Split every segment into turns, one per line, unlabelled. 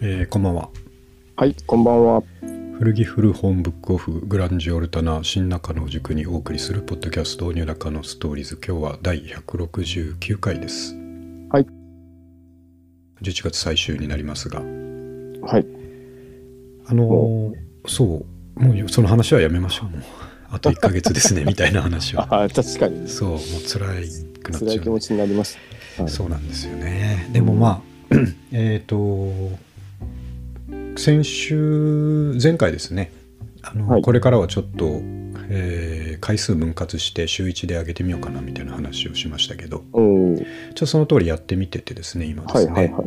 えーこんばんは
はい、こんばんは。
古着古本ブックオフグランジオルタナ新中野を軸にお送りするポッドキャスト「ニュー中野ストーリーズ」今日は第169回です
はい
11月最終になりますが
はい。
あのーそうもうその話はやめましょうもうあと1ヶ月です ねみたいな話は
ああ、確かに。
そうもう辛いくなっ
辛
ち
い
ゃ
気
う
持ちになりまし
そうなんですよね。でもまあ、 えっ、と、先週、前回ですね、あの
はい
これからはちょっと、えー回数分割して週1で上げてみようかなみたいな話をしましたけど、ち
た。うん。はい
ょっとその通りやってみててですね、今で
はい
すね、
はいはい。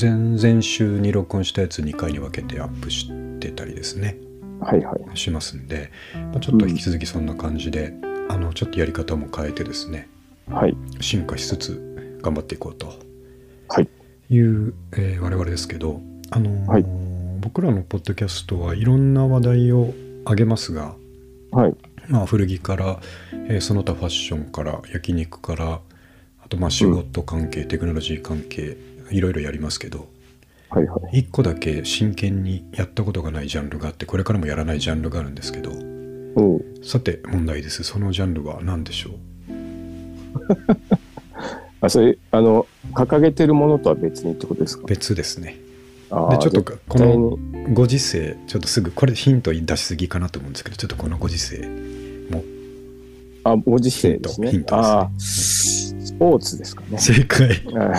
前々週に録音したやつ2回に分けてアップしてたりですね、
はいはい。
しますんで、まあちょっと引き続きそんな感じで、あのちょっとやり方も変えてですね、
はい。
進化しつつ頑張っていこうと。
はい。
いう、えー我々ですけど、あのー
はい
僕らのポッドキャストはいろんな話題をあげますが、
はい。
まあ、古着から、えーその他ファッションから焼肉からあとまあ仕事関係、テクノロジー関係いろいろやりますけど
はいはい。
一個だけ真剣にやったことがないジャンルがあってこれからもやらないジャンルがあるんですけど
うん。
さて問題ですそのジャンルは何でしょう
あ、それ、あの、掲げてるものとは別にってことですか
別ですね
あ
で
あ
ちょっと
絶
こ
対
の
に
ご時世ちょっとすぐこれヒント出しすぎかなと思うんですけどちょっとこのご時世も
あ、文字制ですね。
ヒントヒント
ああ、スポーツで すかね。
正解
あ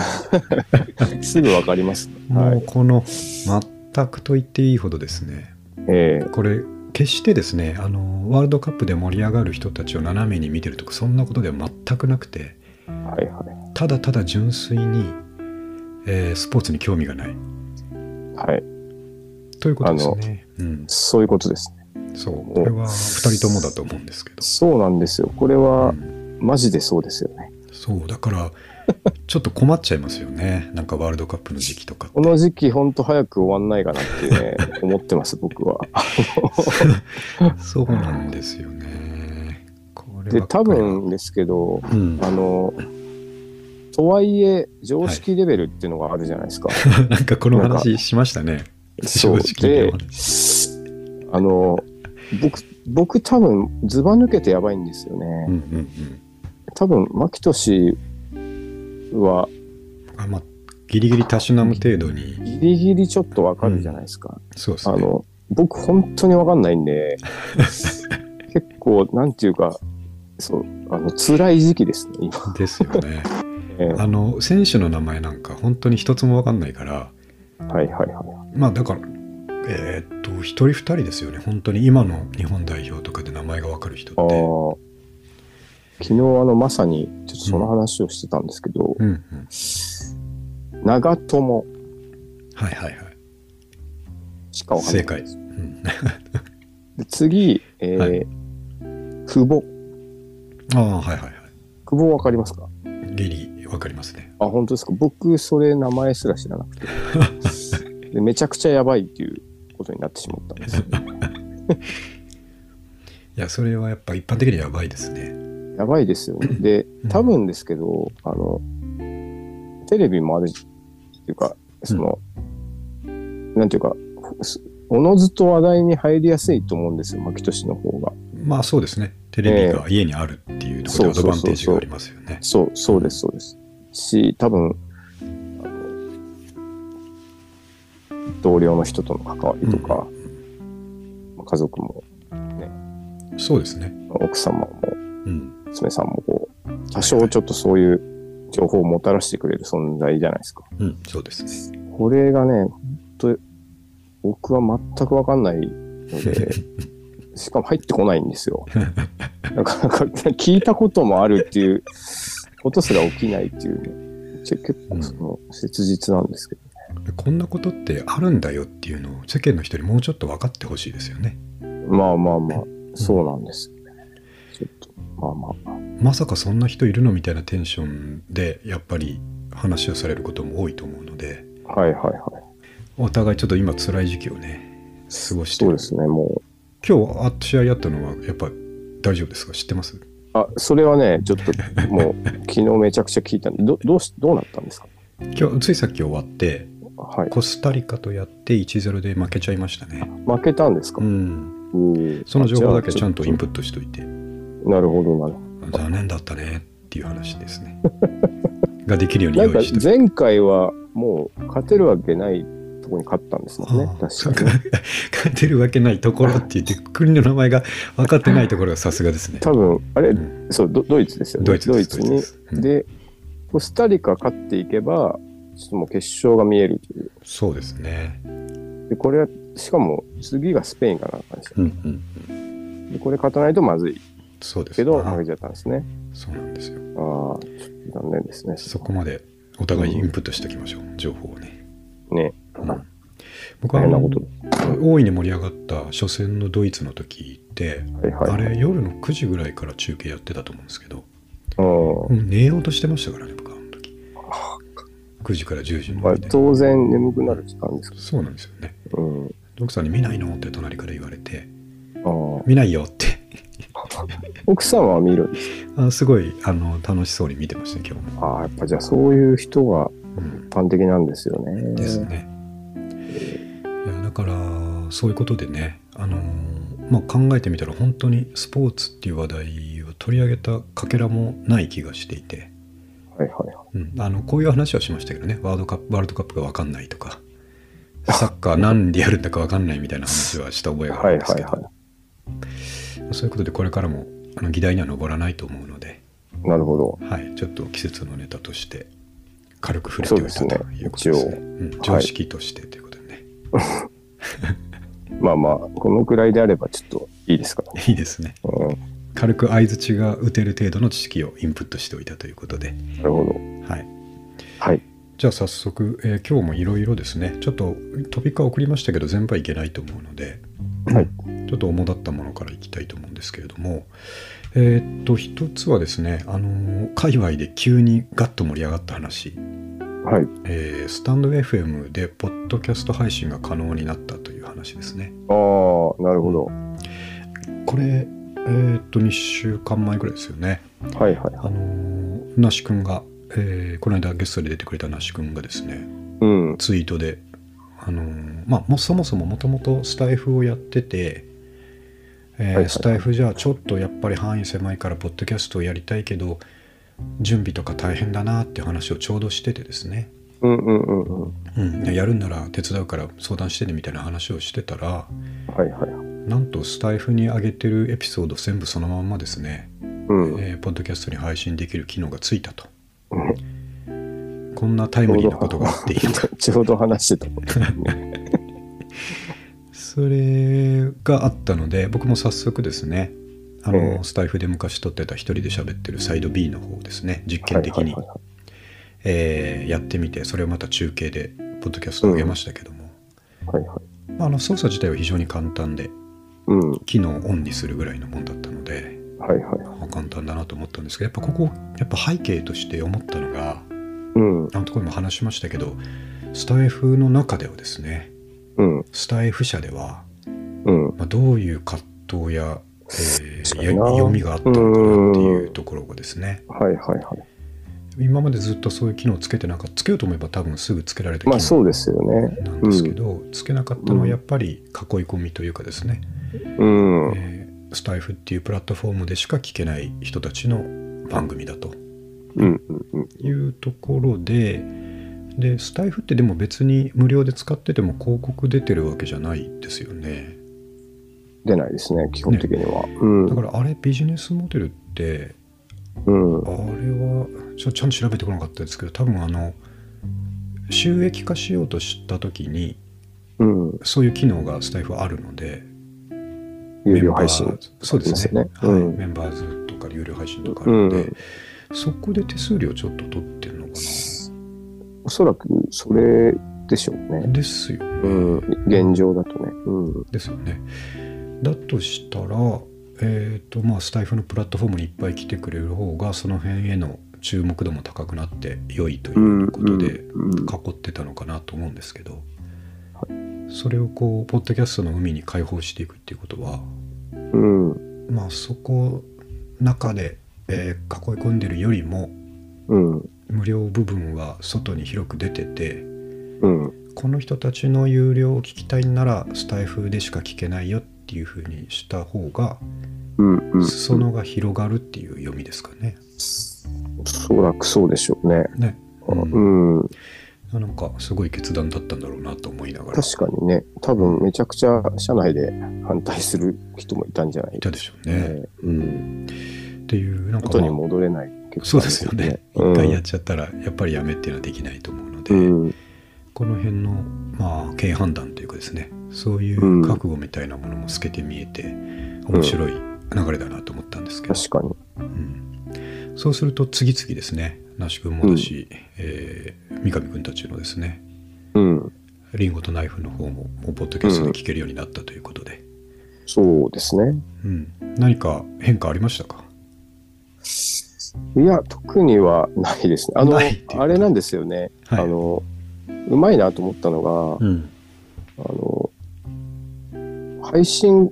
あすぐわかります、ね。は
もう
い。
この全くと言っていいほどですね
ええ
これ決してですねあのワールドカップで盛り上がる人たちを斜めに見てるとかそんなことでは全くなくて
はいは
ただただ純粋に、えースポーツに興味がない
い。はい。
ということですね。うん、
そういうことですね。
そうこれは2人ともだと思うんですけど、
そうなんですよ。これは
う、ん
マジでそうですよね。
そうだからちょっと困っちゃいますよねなんかワールドカップの時期とかって
この時期、ほんと早く終わんないかなっていうね、思っ てます、僕は。
そうなんですよね。これ
で
ばっか
多
りは、
分ですけど
うん、
あのとはいえ常識レベルっていうのがあるじゃないですか、
なんかこの話しましたね。
そ う
正直
で
な
あの僕僕多分ずば抜けてやばいんですよ
う
ね
んうんうん。
多分牧俊は
あまあギリギリたしなむ程度に、
ギリギリちょっとわかるじゃないですか、
そうです
あ
ね。
の僕本当にわかんないん で結構なんていうかそうあの辛い時期ですね今
ですよ ね。
ね
あの選手の名前なんか本当に一つもわかんないから、
はいはいは
まあだからえーっと一人二人ですよね。本当に今の日本代表とかで名前がわかる人
いあ
って。
ー昨日あのまさにちょっとその話をしてたんですけど、
うんうん。
長友
はいはいはい。
しかわかんない。
正解うん、
で次、えー
はい
久保。
ああはいはいは
久保わかりますか
い。ギリわかりますね。
あ、本当ですか僕、それ名前すら知らなく て。でめちゃくちゃやばいっていうことになってしまったんですよ。
いやそれはやっぱ一般的にやばいですね。
やばいですよね。で、多分ですけど、あの、テレビもあるっていうか、その、なんていうか、すおのずと話題に入りやすいと思うんですよ、牧俊の方が。
まあそうですね。テレビが家にあるっていうところでアドバンテージがありますよね。
そう、そうです、そうです。し、多分、あの同僚の人との関わりとか、まあ家族も、
そうですね。
奥様も、
うん。
娘さんも、こう、多少ちょっとそういう情報をもたらしてくれる存在じゃないですか。
うん、そうですね。
これがね、本当僕は全くわかんないの で、しかも入ってこないんですよ。なかなか聞いたこともあるっていうことすら起きないっていうね。ちょ結構その切実なんですけど。
こんなことってあるんだよっていうのを世間の人にもうちょっと分かってほしいですよね。
まあまあまあ、そうなんですよね。ちょっと、まあまあまあ。
まさかそんな人いるのみたいなテンションでやっぱり話をされることも多いと思うので
はいはいはい。
お互いちょっと今辛い時期をね過ごして
そう
る
ですね、も
今日あ試合やったのはやっぱ大丈夫ですか知ってます
う。あ、それはね、ちょっともう、昨日めちゃくちゃ聞いたんで、どどうしどうなったんですか
今日ついさっき終わって
はい。
コスタリカとやって1-0で負けちゃいましたね。
負けたんですか、
うん。
おー
その情報だけちゃんと
あ
イ
じゃ
ン
あ
プットしといて、
ちょなるほど、なるほ
残念だったねっていう話です ね。ができるように
ど。なんか
用意してる。
前回はもう勝てるわけないとこに勝ったんですもんね。
ああ
確かに。
勝てるわけないところって言って、国の名前が分かってないところがさすがですね。
多分、あれ、
うん
そうド、ドイツですよね。
ドイツです。
ドイツ
す。う
に。
ん
で、コスタリカ勝っていけば、ちょっともう決勝が見えるという。
そうですね。
で、これは、しかも次がスペインかなんかでした
うんうん。
でこれ勝たないとまずい
そうです
けど、負
あ
けちゃったんですね。
そうなんですよ。
ああ、ちょっと残念ですね。
そこまでお互いインプットしていきましょう、情報をね。
ね。
うん僕
大
はあ
変な
の
こと。
大いに盛り上がった初戦のドイツの時って、
はいはい。
あれ夜の9時ぐらいから中継やってたと思うんですけど、
うん。
もう寝ようとしてましたからね、僕はあの時。9時から10時の
まあ
間、
当然眠くなる時間ですか
そうなんですよね。
ら。うん。
奥さんに見ないのって隣から言われて、
あ
見ないよって。
あ。奥さんは見るんです
あすごいあの楽しそうに見てましたね、今日も。
ああ、やっぱじゃあそういう人が
うん
一般的なんですよね。
ですね。いやだからそういうことでね、あのーまあ、考えてみたら本当にスポーツっていう話題を取り上げたかけらもない気がしていて、
はいはいは
うん、あのこういう話はしましたけどねワールドカップワールドカップが分かんないとかサッカー何でやるんだか分かんないみたいな話はした覚え
い。
があ
は
る
い
んです
は
け
い
ど、
は
そういうことでこれからもあの議題には上らないと思うので、
い。なるほど。
はい、ちょっと季節のネタとして軽く触れておいた
そう
と
ですね
いうことですね
一応
うん、
は
常
い
識としてということで ね、
まあまあ、このくらいであればちょっといいですからね。
いいですね
うん。
軽く相槌が打てる程度の知識をインプットしておいたということで、
なるほど。
はい、
はい。
じゃあ早速、えー今日もいろいろですねちょっとトピックは送りましたけど全部はいけないと思うので、
はい
ちょっと主だったものからいきたいと思うんですけれどもえーっと一つはですねあのー界隈で急にガッと盛り上がった話、
はい。
えースタンド FM でポッドキャスト配信が可能になったという話ですね
ああ、なるほど。
これえーっと2週間前ぐらいですよね
はいはいはい。
あのー那須君が、えーこの間ゲストで出てくれた那須君がですね
うん。
ツイートで、あのーまあ、もうそもそももともとスタイフをやってて、えー
はいはい
スタイフじゃちょっとやっぱり範囲狭いからポッドキャストをやりたいけど準備とか大変だなって話をちょうどしててですね、
うんうんうんうん。
うん、でやるんなら手伝うから相談してねみたいな話をしてたら
はいはいはい。
なんとスタイフに上げてるエピソード全部そのまんまですね、
うん。
えーポッドキャストに配信できる機能がついたと。
うん
こんなタイムリーなことがあっていいのか
ちょうど話してたことで すね。
それがあったので僕も早速ですねあの、
ええ
スタイフで昔撮ってた一人で喋ってるサイド B の方ですね実験的に、
はいはいは
えーやってみてそれをまた中継でポッドキャストを上げましたけども、
いはいはいはい。
まああの操作自体は非常に簡単で
うん。
機能をオンにするぐらいのもんだったので、
はいはい。
まあ簡単だなと思ったんですけどやっぱここやっぱ背景として思ったのが
うん。
あのところにも話しましたけどスタイフの中ではですね
うん。
スタイフ社では
うん。
まあ、どういう葛藤や、え
そ
ー
う
や
やな
読みがあったのかなっていうところがですね
はいはいはい。
今までずっとそういう機能をつけてなかったつけようと思えば多分すぐつけられた機
まあそ
能
うですよね。
なん
う
ですけ
ん。
ど、つけなかったの
う
は
ん
やっぱり囲い込みというかですね、
うん。はい
えースタイフっていうプラットフォームでしか聞けない人たちの番組だと
うんうんうん。
いうところででスタイフってでも別に無料で使ってても広告出てるわけじゃないですよね。
出ないですね、基本的には。うん
だからあれビジネスモデルって
うん
あ。れはちょちゃんと調べてこなかったですけど多分あの収益化しようとした時に
うん。
そういう機能がスタイフはあるので
有料配信
メン。バーそうですね
ですねうん
はい、メンバーズとか有料配信とかあるので、そこで手数料ちょっと取ってるのか
おそらくそれでしょう
な、
ね。
ですよね、
うん。現状だとね。うん。
ですよねだとしたらえっ、とまあスタイフのプラットフォームにいっぱい来てくれる方がその辺への注目度も高くなって良いということで、
うんうん
囲ってたのかなと思うんですけど、それをこうポッドキャストの海に解放していくっていうことは
うん。
まあそこ中で、えー囲い込んでるよりも
うん。
無料部分は外に広く出てて
うん。
この人たちの有料を聞きたいんならスタイフでしか聞けないよっていう風にした方が
うんうん。
裾野が広がるっていう読みですかね。
おそらくそうでしょうね。
ね。う
うん。
なんかすごい決断だったんだろうなと思いながら
確かにね、多分めちゃくちゃ社内で反対する人もいたんじゃない
いたでしょう
ょ
ね。うん、っていうなんか、まあ
元に戻れない結
そ
果
うですよね。
う
一
ん
回やっちゃったらやっぱりやめっていうのはできないと思うので、
うん。
この辺のまあ軽判断というかですねそういう覚悟みたいなものも透けて見えて面白い流れだなと思ったんですけど、
確かに。
うんそうすると次々ですね那須君もだし、えー三上君たちのですね
うん。
リンゴとナイフの方ももうポッドキャストで聞けるようになったということで、
そうですね。
うん何か変化ありましたか
いや、特にはないですね。あの、
ないっていうこと
あれなんですよね。
はい
あの、うまいなと思ったのが、
うん
あの、配信、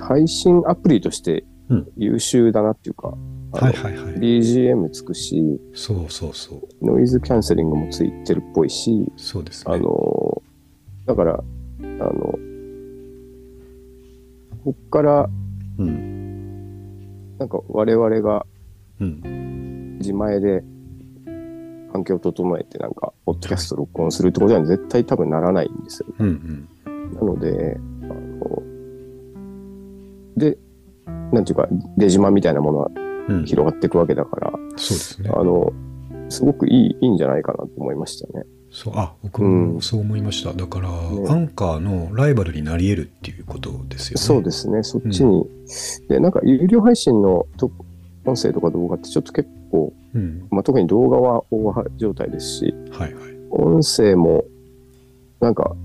配信アプリとして
うん
優秀だなっていうか、あの
はいはいはい
BGM つくし、
そうそうそう
ノイズキャンセリングもついてるっぽいし、
そうですね
あの、だから、あの、こっから、
うん
なんか我々が
うん
自前で環境を整えてなんか、ポッドキャスト録音するってことには絶対多分ならないんですよ。
うんうん
なので、あの、で、なんていうか、出島みたいなものは
うん
広がっていくわけだから、
そうですね
あの、すごくいい、いいんじゃないかなと思いましたね。
そうあ僕
う
も
ん
そう思いました、だから、
ね
アンカーのライバルになり得るっていうことですよね
そうですすね、そっちに。で、なんか、有料配信のと音声とか動画ってちょっと結構、
うん
まあ、特に動画は大は状態ですし、
はいはい
音声も、なんか、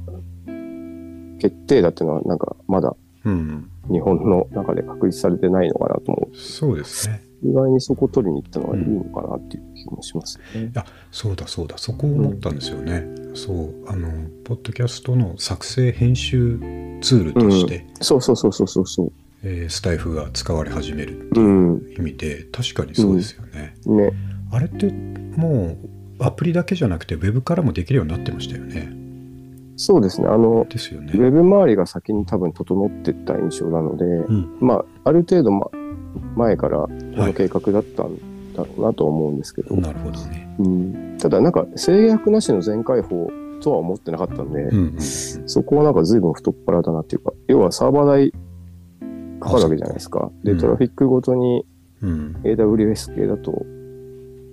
決定だっていうのは、なんか、まだ
うん
日本の中で確立されてないのかなと思う。
そうですね
意外にそこを取りに行ったのはいいのかなっていう気もしますね。
そうだそうだそこを思ったんですよね、そうあのポッドキャストの作成編集ツールとして、
そうそうそうそうそうそ
えースタイフが使われ始める
う。うん。
意味で確かにそうですよね、
ね。
あれってもうアプリだけじゃなくてウェブからもできるようになってましたよね
そうですね。あの、
ですよね
ウェブ周りが先に多分整ってった印象なので、
ん
まあ、ある程度、ま、前からこ
は
の
い
計画だったんだろうなとは思うんですけど、
なるほどね
うん、ただなんか制約なしの全開放とは思ってなかったんで、
うんうんうん
そこはなんか随分太っ腹だなっていうか、要はサーバー代かかるわけじゃないですか。で、
うん
トラフィックごとに
うん、
AWS 系だと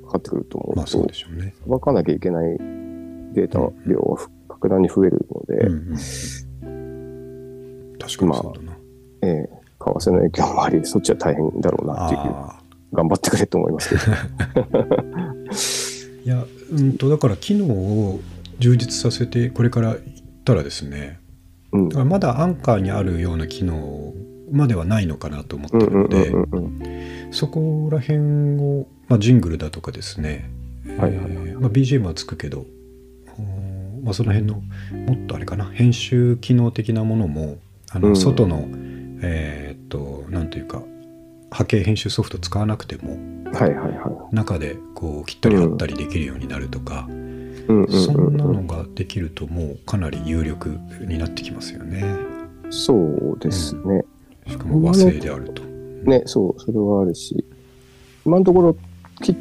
かかってくると思うと、
まあそうでしょうね
さばかなきゃいけないデータ量はふ格段に増えるので、
うんうん、確かにそうだな。
ええ為替の影響もあり、そっちは大変だろうなっていう、
ああ
頑張ってくれと思いますけど。
いやうんとだから機能を充実させてこれからいったらですね
うん
だからまだアンカーにあるような機能まではないのかなと思って
う
る
んうん
の
うん
で
うんうん
そこら辺を、まあ、ジングルだとかですね、
はいはいはい
えーまあ、BGM はつくけど、うんまあ、その辺のもっとあれかな編集機能的なものもあの、
うん
外のえーっとなんというか波形編集ソフト使わなくても
はいはいは
中でこう切ったり貼ったりできるようになるとか、
い。うんうん
そんな
うんう
の
ん。
ができるともうかなり有力になってきますよね
そうですね。
しかも和製であると、
ね、そう、それはあるし、今のところ、切っ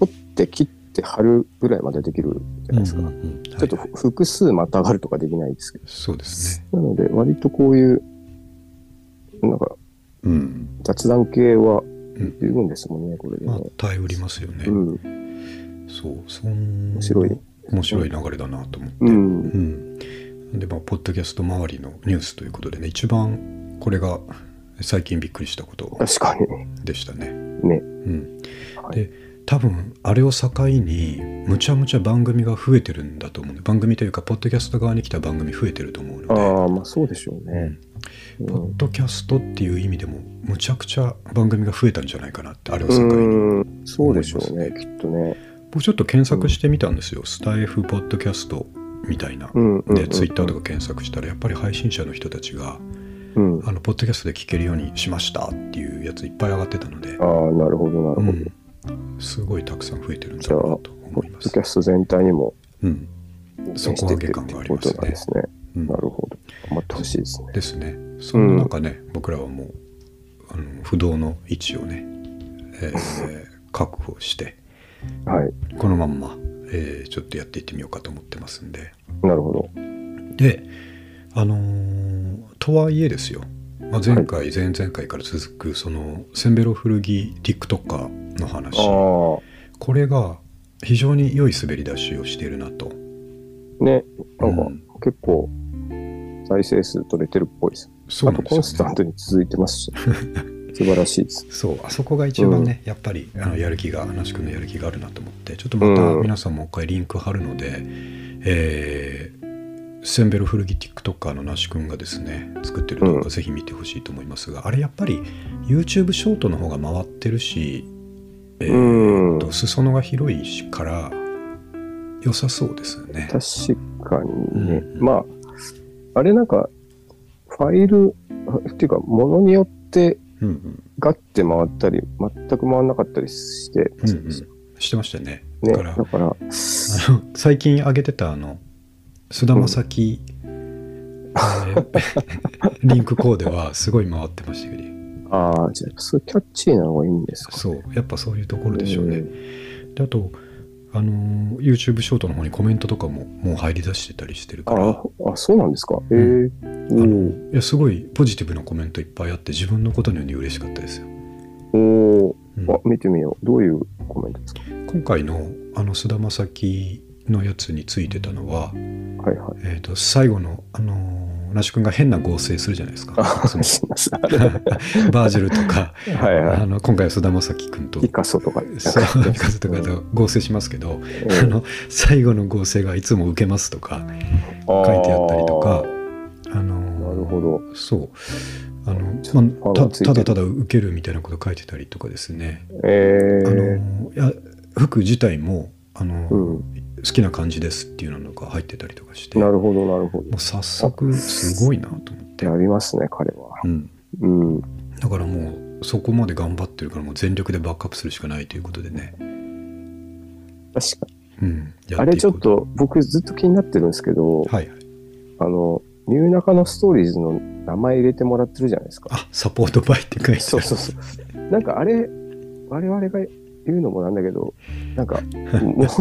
取って切って貼るぐらいまでできるじゃないですか。
うんうんうん
ちょっと
はいはい
複数またがるとかできないですけど。
そうですね
なので、割とこういう、なんか
うん、
雑談系は十分ですもんね、これで
ま
ね
あ。頼りますよね、
うん、
そうそん
面白い。
面白い流れだなと思って、
うん。
うんでまあポッドキャスト周りのニュースということでね一番これが最近びっくりしたこと
確かに。
でしたね
ね。
うん、
はい
で多分あれを境にむちゃむちゃ番組が増えてるんだと思うんで番組というかポッドキャスト側に来た番組増えてると思う
あ
の
あ、まあそうでしょう
で、う
ね
ん。
う
ポッ
ん
ドキャストっていう意味でもむちゃくちゃ番組が増えたんじゃないかなってあれを境に
うん、そうでしょうね、きっとね。
僕ちょっと検索してみたんですよ、スタイフポッドキャストみたいな、
うんうんうん。
でツイッターとか検索したらやっぱり配信者の人たちが
うん。あ
あのポッドキャストで聞けるようにしましたっていうやついっぱい上がってたので
あ、なるほど、なるほど。
うん、すごいたくさん増えてるんだろうなと思い思いま
ポッド
す
キ。ャスト全体にも
うん、
してってるってことなんですね。
うん
なるほど。頑張ってほしいですね。
ですね。そんな中ね、僕らはもうあの不動の位置をね、えー確保して
はい。
このまんま、えーちょっとやっていってみようかと思ってますんで。
なるほど。
であのーとはいえですよ、まあ、前回、前々回から続くそのセンベロ古着 TikToker の話
あ
これが非常に良い滑り出しをしているなと。
あ。ね。なん
う
か
ん
結構再生数取れてるっぽいです。
そう
あ
な
と
んです
コ
よね
ンスタントに続いてます し。素晴らしいです。
そうあそこが一番ね、やっぱりあのやる気が話しくのやる気があるなと思ってちょっとまた
うん
皆さんもう一回リンク貼るので、えーセンベロ古着 TikToker のなし君がですね作ってる動
う
画ぜひ見てほしいと思いますが、あれやっぱり YouTube ショートの方が回ってるし、え
う
ー
ん。
と裾野が広いしから良さそうですね。
確かにね、
うん
まああれなんかファイルあっていうかものによって
うんうん
ガッて回ったり全く回らなかったりして、
うんうん、してましたね。
ね
だ
だ
から
から
あの 最近上げてたあの菅田将暉、あれリンクコーデはすごい回ってましたけど
ああじゃあそういうキャッチーなのがいいんですか
そうやっぱそういうところでしょうね、
ん
であとあのー YouTube ショートの方にコメントとかももう入り出してたりしてるから
ああそうなんですかへえ
う
う
あ
ん
のいやすごいポジティブなコメントいっぱいあって自分のことのように嬉しかったですよ、
おお
うん
あ見てみようどういうコメントですか
今回のあの菅田将暉のやつについてたのは、
はいはい
えー、と最後のあのー那須君が変な合成するじゃないです か
あ
その
すいません
バージルとか
はいは
あの今回は菅田将暉君と
いピカソとか
そうピカソとか
うん
と合成しますけど、
うん
あの最後の合成がいつも受けますとか書いてあったりとかあの
あーなるほど
そうあ
ちょ
の
っ、
まあ、
ファン
た
がついてる
ただただ受けるみたいなこと書いてたりとかですね、
え
あ
ー、
のいや服自体もあの、
うん
好きな感じですっていうのが入ってたりとかして
な
も
るほどなるほど
う早速すごいなと思って、
やりますね、彼は。
うん、
うん。
だからもうそこまで頑張ってるからもう全力でバックアップするしかないということでね、
確か
うん、や
あ
て
れ
い
ちょ
こ
っ
うと
と僕ずっと気になってるんですけど、
はいはい
あの、ニューナカのストーリーズの名前入れてもらってるじゃないですか。
あサポートバイって書いてある
そうそうそう。なんかあれ、我々が言うのもなんだけど、なん か、もう、なんか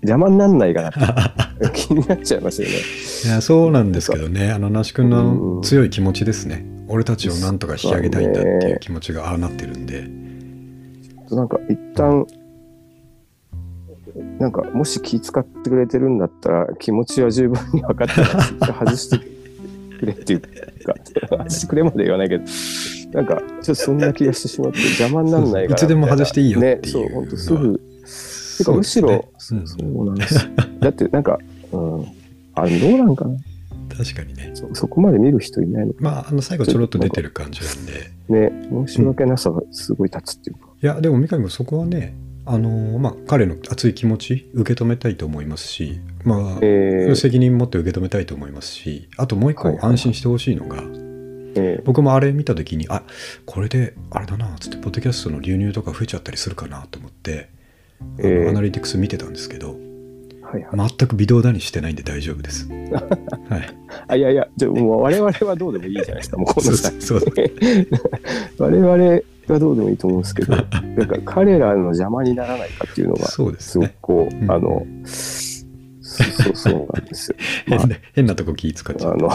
邪魔になんないかなって気になっちゃいますよね。
いやそうなんですけどねあの那須君の強い気持ちですね俺たちをなんとか引き上げたいんだっていう気持ちがああなってるんで
なんか一旦、なんかもし気使ってくれてるんだったら気持ちは十分に分かってます外してくれっていうか外してくれまで言わないけどなんかちょっとそんな気がしてしまって邪魔にならないかなみた
そうそういつでも外していいよっていう
ねそう本当す
のは
ぐてかむしろ
そうです
そ
ねうん
うなん ですよだってなんか、うん、あれどうなんかな
確かにね
そそこまで見る人いないの
まああの最後ちょろっと出てる感じなんで
ね申し訳なさがすごい立つっていうか、
いやでも三上君そこはねあのーまあ彼の熱い気持ち受け止めたいと思いますしまあ
えー
責任持って受け止めたいと思いますしあともう一
はい
個
はいはい
安心してほしいのが、
え
僕もあれ見た時にあこれであれだなつってポッドキャストの流入とか増えちゃったりするかなと思って、あの
ええ
アナリティクス見てたんですけど
ーはいはい
全く微動だにしてないんで大丈夫 です。はい、
あいやいやじゃあもう我々はどうでもいいじゃないですかもうこ
そ
の
う
際
そう
我々がどうでもいいと思うんですけ ど、なんか彼らの邪魔にならないかっていうのが、
そうです
すご
ね
くこう、
うん
あの、そうそうそうなんで すよ。まあ
変な変なとこ気使っちゃ
あ
う。
の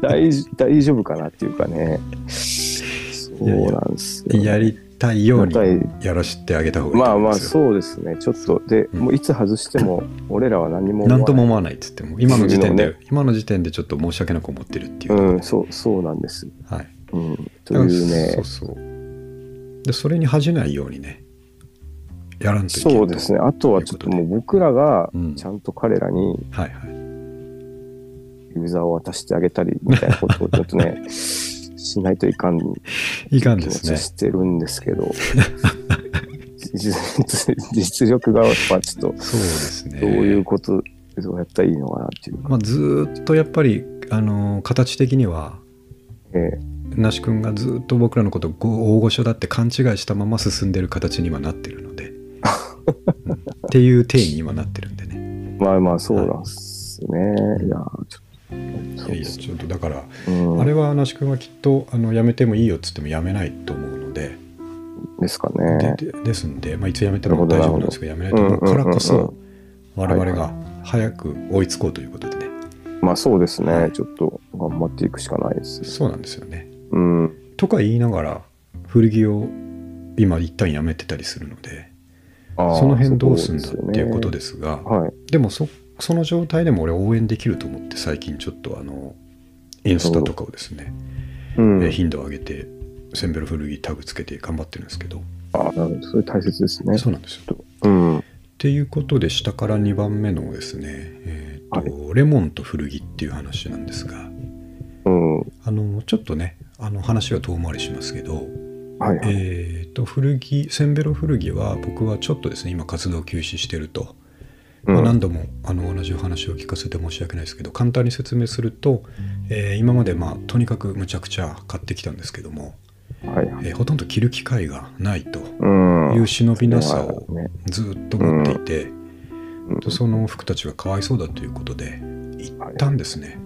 大大丈夫かなっていうかね。そうなんですよ、
やりたいように
やり
やらしてあげた方がいい
まあ
と思い
まあ
ますよ
そうですね。ちょっと、で、
うん
もういつ外して も、俺らは何も
なんとも
思
思わないっつっても今の時点で、
自
今の時点でちょっと申し訳なく思ってるっていう
わ
とこ
な
ろ
い。う
で、
ん、そう、そうなんです。
はい、
うん。という
そ
ね
う、そうでそれに恥じないようにねやらんといけない
そうですね。あとはちょっともう僕らが、ちゃんと彼らに、
はいはい
ユーザーを渡してあげたりみたいなことをちょっとね、 しないといかん気
いかんで
持
すね
ち。してるんです けど、実実力がやっぱちょっ
そうですね。
と、どういうこと、どうやったらいいのかなっていうか、
まあ、ずーっとやっぱり、あのー形的には、
え
那須君がずーっと 僕らのことをご大御所だって勘違いしたまま進んでる形にはなってるので。うんっていう体に今なってるんでね。
まあまあ、そうなんですね。い、や、ちょっと。
いやいや、ちょっとだから、
うん、
あれは那須君はきっとあの辞めてもいいよっつっても辞めないと思うので、
ですかね。
ででですんで、まあ、いつ辞めても大丈夫なんですけど辞めないと思うからこ
うんうんう
そ
ん
我々が早く追いつこうということでね、
まあそうです
は
ね。
い
ちょっと頑張っていくしかないです。
そうなんですよね。
うん。
とか言いながら古着を今一旦辞めてたりするので
あー
その辺どうすんだっていうこと
で
ですが
すよね。はい。
でもそその状態でも俺応援できると思って最近ちょっとあのインスタとかをですね、
うん。
えー頻度を上げてセンベロ古着タグつけて頑張ってるんですけど、
ああ、なるほど。それ大切ですね。
そうなんですよ。
うん。
っていうことで下から2番目のですね、えーとレモンと古着っていう話なんですが
うん。は
あのちょっとねあの話は遠回りしますけど、
いはい。
えーと古着センベロ古着は僕はちょっとですね今活動休止してると、まあ
うん
何度もあの同じお話を聞かせて申し訳ないですけど簡単に説明すると、えー今まで、まあ、とにかくむちゃくちゃ買ってきたんですけども、
はいはい。
えーほとんど着る機会がないと
うん。
いう忍びなさを
ね
ずっと持っていて、
うん
とその服たちがかわいそうだということで一旦ですね、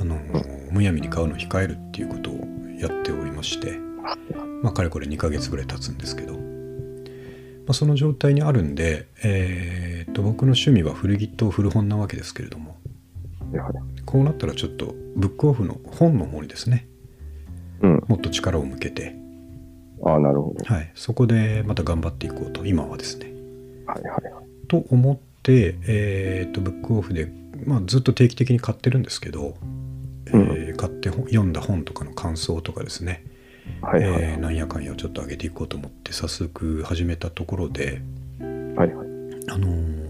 あのむやみに買うのを控えるっていうことをやっておりまして、まあ、かれこれ2ヶ月ぐらい経つんですけど、まあ、その状態にあるんで、えーっと僕の趣味は古着と古本なわけですけれども
やはり。
こうなったらちょっとブックオフの本の方にですね
うん。
もっと力を向けて、
ああ、なるほど。
はい、そこでまた頑張っていこうと今はですね
はいはいはい。
と思って、えー、とブックオフで、まあ、ずっと定期的に買ってるんですけど、えー買ってほ読んだ本とかの感想とかですね、
はいはい
えーなんやかんやちょっと上げていこうと思って早速始めたところで、
はいはい。
あのー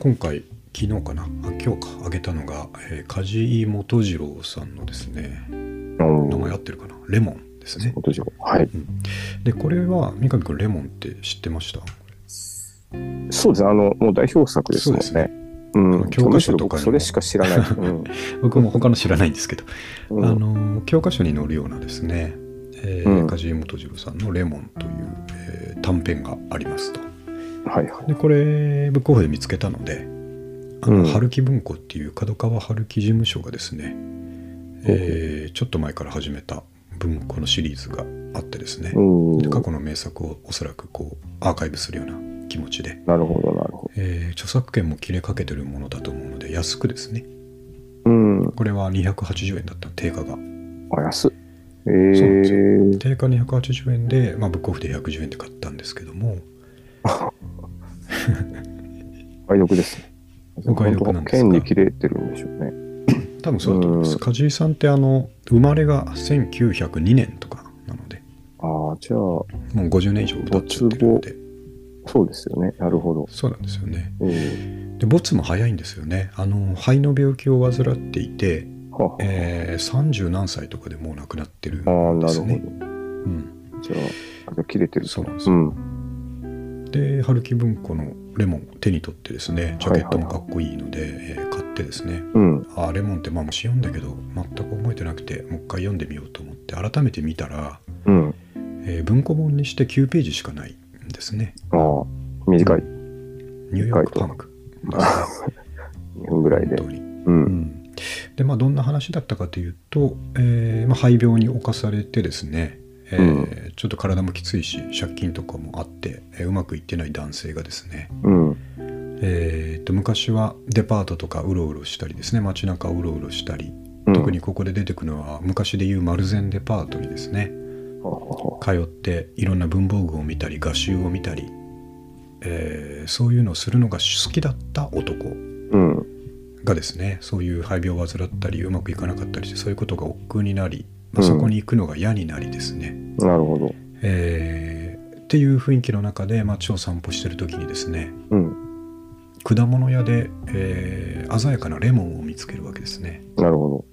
今回昨日かなあ今日か上げたのが、えー梶井元次郎さんのですね
うん
名前合ってるかなレモンですね
本当でしょうはい。
でこれは三上君レモンって知ってました
そうですね。あの、もう代表作ですもん
そうです
ね
ね。
うん。
教科書とかにも
むしろ僕それしか知らない。うん。
僕も他の知らないんですけど
う
あ
ん
の教科書に載るようなですね、えー
うん
梶井元次郎さんの「レモン」という、えー短編がありますと
はいはい。
でこれブックオフで見つけたのであの、
うん
春樹文庫っていう角川春樹事務所がですね、えーちょっと前から始めた文庫のシリーズがあってですね、
うん。
で過去の名作をおそらくこうアーカイブするような気持ちで、
なるほど、なるほ
えー著作権も切れかけてるものだと思うので安くですね
ど。うん。
これは280円だった定価が
あ、安っ。え
そうなんで
ー、
定価280円で、まあ、ブックオフで110円で買ったんですけども
お買い得ですね。
お買い得なんですか
本当権利切れてるんでしょうね。
多分そうだと思いま
う
す
ん
梶井さんってあの生まれが1902年とかなので
ああ、じゃあ、
もう50年以上歌っちゃってるんで
そうですよね。なるほど。
そうなんですよね
え
でボツも早いんですよねあの肺の病気を患っていて、
ー、はは
えー、30何歳とかでもう亡くなってるん
ああ、
で
なる
す
ほ
ね、
ど。
うん、
じゃあ、あじゃあ切れてる。
そうなんです
う
よ
ん。
で春樹文庫の「レモン」を手に取ってですねジャケットもかっこいいので、えー買ってですね
うん。
あレモンってまあ昔読んだけど全く覚えてなくてもう一回読んでみようと思って改めて見たら、
うん。
えー文庫本にして9ページしかないんですね
ああ、短い。
ニューヨークパンクですね
2分ぐらいで。
本当に、
う。
うんん、でまあどんな話だったかというと、えーまあ、肺病に侵されてですね、えーちょっと体もきついし借金とかもあって、えーうまくいってない男性がですね、
うん。
えーと昔はデパートとかうろうろしたりですね街中をうろうろしたり
うん
特にここで出てくるのは昔でいう丸善デパートにですね
ははは
通っていろんな文房具を見たり画集を見たり、えーそういうのをするのが好きだった男
うん。
がですねそういう肺病を患ったりうまくいかなかったりしてそういうことが億劫になり、まあ
うん
そこに行くのが嫌になりですね、
なるほど。
えーっていう雰囲気の中で街を散歩してる時にですね
うん。
果物屋で、えー鮮やかなレモンを見つけるわけですね
なるほ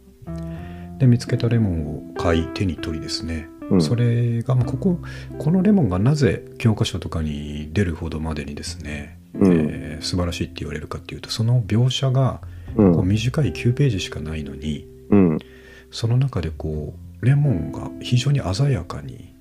で見つけたレモンを買い手に取りですね、
ど。うん。
それが、まあ、こここのレモンがなぜ教科書とかに出るほどまでにですね、
うん
えー素晴らしいって言われるかっていうとその描写が
う。
こうん短い9ページしかないのに
うん。
その中でこうレモンが非常に鮮やかに、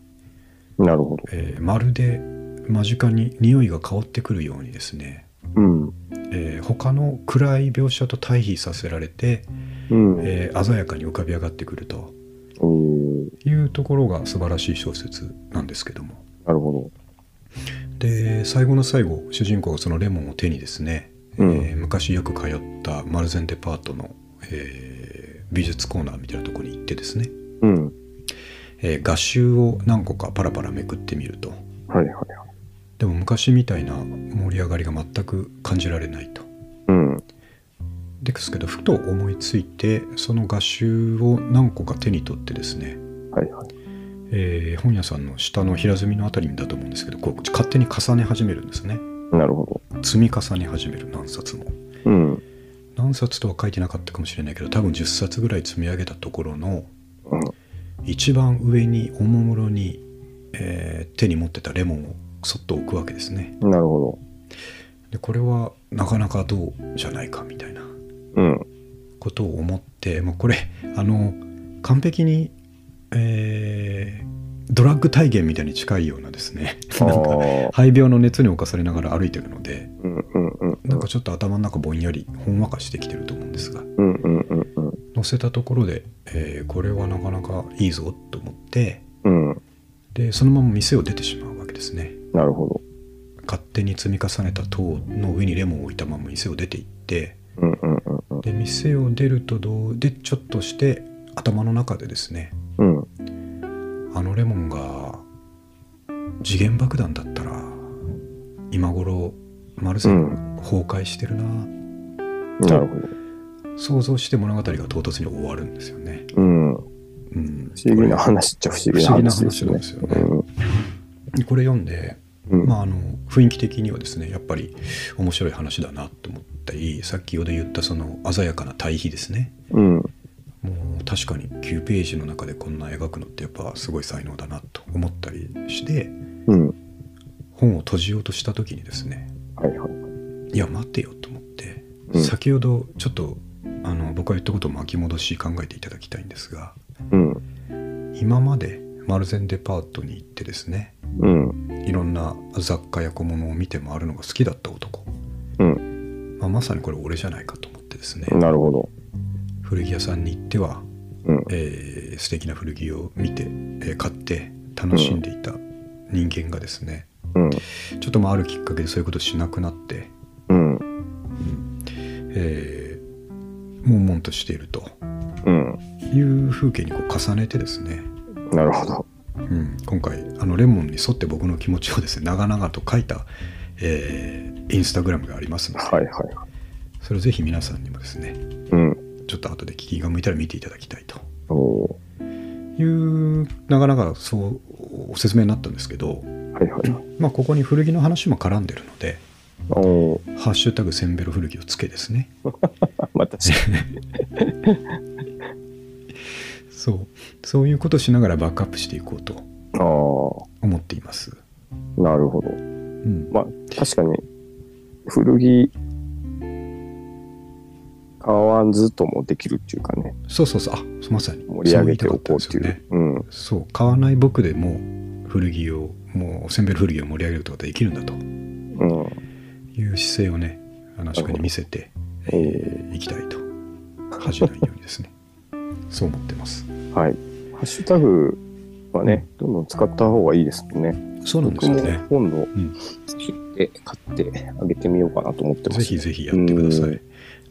なるほど。
えーまるで間近に匂いが香ってくるようにですね、
うん。
えー他の暗い描写と対比させられて、
うん。
えー鮮やかに浮かび上がってくると
えー、
いうところが素晴らしい小説なんですけども
なるほ
で最後の最後主人公がそのレモンを手にですね、
うん
えー昔よく通ったマルゼンデパートの、えー美術コーナーみたいなところに行ってですね、
ど。うん。
えー画集を何個かパラパラめくってみると
はいはいはい。
でも昔みたいな盛り上がりが全く感じられないと。
うん。
ですけどふと思いついてその画集を何個か手に取ってですね、
はいはい。
えー本屋さんの下の平積みのあたりだと思うんですけどこう勝手に重ね始めるんですね
なるほ
積み重ね始める何冊も
ど。うん。
何冊とは書いてなかったかもしれないけど多分10冊ぐらい積み上げたところの
うん。
一番上におもむろに、えー手に持ってたレモンをそっと置くわけですね
なるほ
でこれはなかなかどうじゃないかみたいな
ど。うん。
ことを思って、まあ、これあの完璧に、えードラッグ体験みたいに近いようなですね
あ
なんか
あ。
肺病の熱に侵されながら歩いてるので
うんうんうんう
なん
ん。
かちょっと頭の中ぼんやりほんわかしてきてると思うんですが
うんうんうんうん。
乗せたところで、えーこれはなかなかいいぞと思って
うん。
でそのまま店を出てしまうわけですね
なるほ
勝手に積み重ねた塔の上にレモンを置いたまま店を出て行って
ど。うんうんうんうん。
で店を出ると同でちょっとして頭の中でですね
うん。
あのレモンが時限爆弾だったら今頃マルセン崩壊してるな、
なるほど。
想像して物語が唐突に終わるんですよね。
うん。不
うん、
思議な話っちゃ不思議な話ですよね。
不思議な話なんこれ読んで、
うん。うん。
まあ、あの雰囲気的にはですねやっぱり面白い話だなと思ったりさっきよで言ったその鮮やかな対比ですね
うん。
もう確かに9ページの中でこんな描くのってやっぱすごい才能だなと思ったりして
うん。
本を閉じようとした時にですね
はいはい。
いや待てよと思って、
うん
先ほどちょっとあの僕が言ったことを巻き戻し考えていただきたいんですが
うん。
今までマルゼンデパートに行ってですね
うん。
いろんな雑貨や小物を見て回るのが好きだった男、
うん。
まあ、まさにこれ俺じゃないかと思ってですね
なるほど。
古着屋さんに行っては、
うん。
えー素敵な古着を見て、えー買って楽しんでいた人間がですね、
うん。
ちょっとまああるきっかけでそういうことしなくなって、
うん。
えー、悶々としていると
うん。
いう風景にこう重ねてですね、
なるほど。
うん、今回あのレモンに沿って僕の気持ちをですね長々と書いた、えーインスタグラムがありますので、
はいは
それをぜひ皆さんにもですね
い。うん。
ちょっと後で聞きが向いたら見ていただきたいと
おー
いうなかなかそうお説明になったんですけど、
はいはいはい。
まあ、ここに古着の話も絡んでるので
おー
「ハッシュタグせんべろ古着」をつけですね
あまた、
そうそういうことしながらバックアップしていこうと
ああ、
思っています。
なるほど。
うん
まあ、確かに、古着、買わずともできるっていうかね、
そうそうそうあまさに
盛り上げておこうっ
そ
て
う
い
言いたかったんですよね
う。うん。
そう買わない僕でも古着をもうせんべろ古着を盛り上げることができるんだと
うん。
いう姿勢をね話し家に見せて
え
い、えー行きたいと恥じないようにですねそう思ってます
はい。ハッシュタグはね、どんどん使った方がいいですね。
そうなんですよね
僕も今度、
ん
で買ってあげてみようかなと思ってます、
ぜひぜひやってください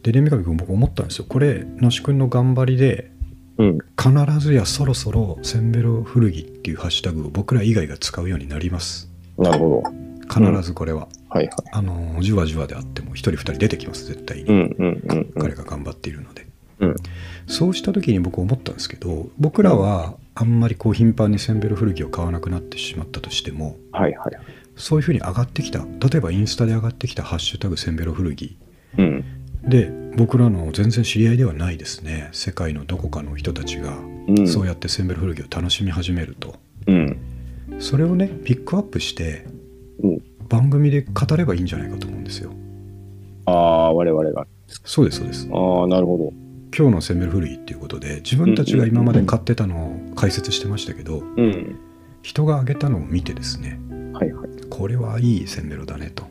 でね三上君僕思ったんですよこれ那須君の頑張りで
うん。
必ずやそろそろせんべろ古着っていうハッシュタグを僕ら以外が使うようになります
なるほど。
必ずこれは、
はいはい。
あのーじわじわであっても一人二人出てきます絶対に、
うんうんうんうん。
彼が頑張っているので、
うん
そうした時に僕思ったんですけど僕らはあんまりこう頻繁にセンベロ古着を買わなくなってしまったとしても
はいはい。
そういうふうに上がってきた例えばインスタで上がってきた「ハッシュタグセンベロ古着
うん。」
で僕らの全然知り合いではないですね世界のどこかの人たちが
うん。
そうやってセンベロ古着を楽しみ始めると、
うん。
それをねピックアップして
うん
番組で語ればいいんじゃないかと思うんですよ
ああ、我々が。
そうですそうです
ああ、なるほ
今日のセンベル古着っていうことで自分たちが今まで買ってたのを解説してましたけど
ど。うん。
人が挙げたのを見てですね
はいはい。
これはいいせんべろだねと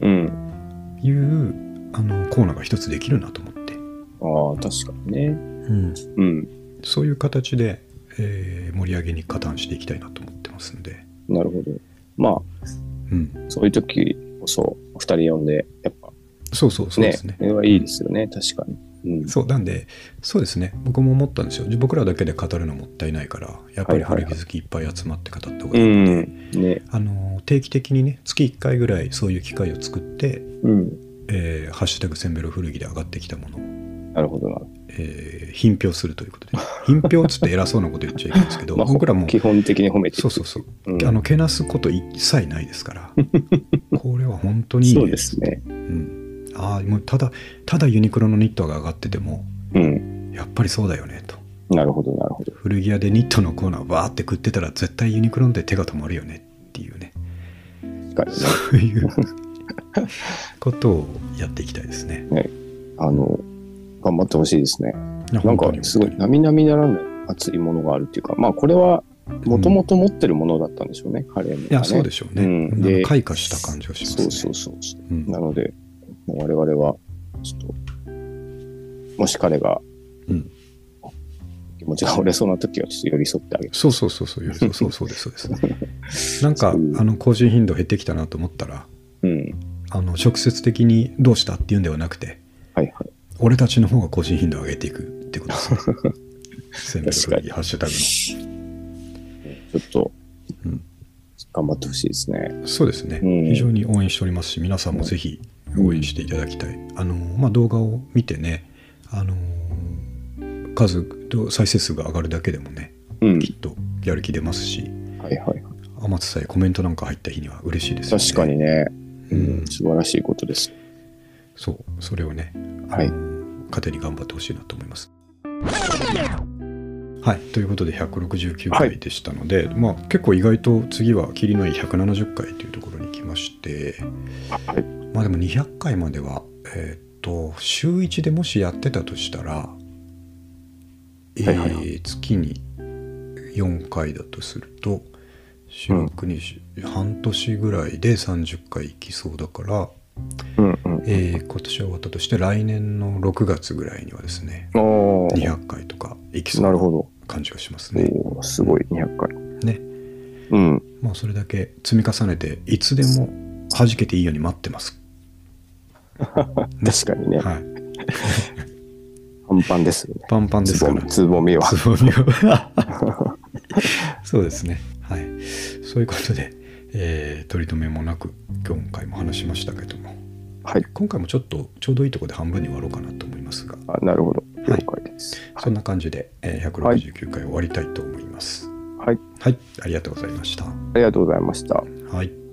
うん。
いうあのコーナーが一つできるなと思って、
ああ、確かにね。
うん、
うん。
そういう形で、えー盛り上げに加担していきたいなと思ってますんで、
なるほど。まあ、
うん、
そういう時こそ、お二人呼んで、やっぱ
そうそうそう
ね、
ですね
これはいいですよね、確かに。うん。
そうなんでそうですね僕も思ったんですよ僕らだけで語るのもったいないからやっぱり
はいはいはい
春日好きいっぱい集まって語った方が
う
いい、
ん。ね。
あの定期的にね月1回ぐらいそういう機会を作って
うん。
「えーハッシュタグせんべろ古着」で上がってきたものを、
なるほどなるほ
えー品評するということで品評っつって偉そうなこと言っちゃいけないんですけど、
ど。まあ、
僕らも
基本的に褒めていく
そうそうそう、
うん
あのけなすこと一切ないですからこれは本当にいい
そうですね。
うん、ああもうただただユニクロのニットが上がってても
うん。
やっぱりそうだよねと。
なるほど、なるほど。
古着屋でニットのコーナーバーって食ってたら絶対ユニクロンで手が止まるよねっていうね
確かにね。
そういうことをやっていきたいですね。
あの、頑張ってほしいですね。なんか
本当、に
すごい、並々ならぬ熱いものがあるっていうか、まあ、これは、もともと持ってるものだったんでしょうね、彼も、ね。
いやそうでしょうね。
うん
なんか
で
開花した感じがします
そ
ね。
うそうそうそう。
うん
なので、もう我々は、ちょっと、もし彼が、
うん
気持ちが折れそうな時は、ちょっと寄り添ってあげる。
そうそうそうそうより そうそうそうですそうです。なんかあ
そう
の更新頻度減ってきたなと思ったら
うん。
あの直接的にどうしたっていうんではなくて
はいはい。
俺たちの方が更新頻度を上げていくってことですね。 センベロ古着ハッシュタグの。
ちょっと、
うん
頑張ってほしいですね。
そうですね、
うん
非常に応援しておりますし皆さんもぜひ応援していただきたい、あのまあ、動画を見てねあの数と再生数が上がるだけでもね
うん。
きっとやる気出ますし
はいはい。
天津さえコメントなんか入った日には嬉しいですよね
確かにね、
う
うんん、素晴らしいことです。
そうそれをね、あの
はい
糧に頑張ってほしいなと思いますはいということで169
は
回
い
でしたので、まあ結構意外と次は切りのいい170回というところに来まして
はい。
まあでも200回までは、えーっと週1でもしやってたとしたら、えー
はいはいは
月に4回だとすると四六に半年ぐらいで30回いきそうだから、
うんうん。
えー今年終わったとして来年の6月ぐらいにはですね
おー
200回とかいきそ
な
う
る
な
ほど。
感じがしますね。
おーすごい、200回。
ね
うん。
まあそれだけ積み重ねていつでも弾けていいように待ってます。
確かにね、
はい、
パンパンですよね。
パンパンです
つ
か
ぼ
ら
み、。つぼみは。
つぼみを そうですねはいそういうことで、えー取り留めもなく今回も話しましたけども
はい。
今回もちょっとちょうどいいところで半分に割ろうかなと思いますが、
あなるほど。
は
了
い
解です。
そんな感じで、えー169回終わりたいと思います
はい。
はい、ありがとうございました
ありがとうございました。
はい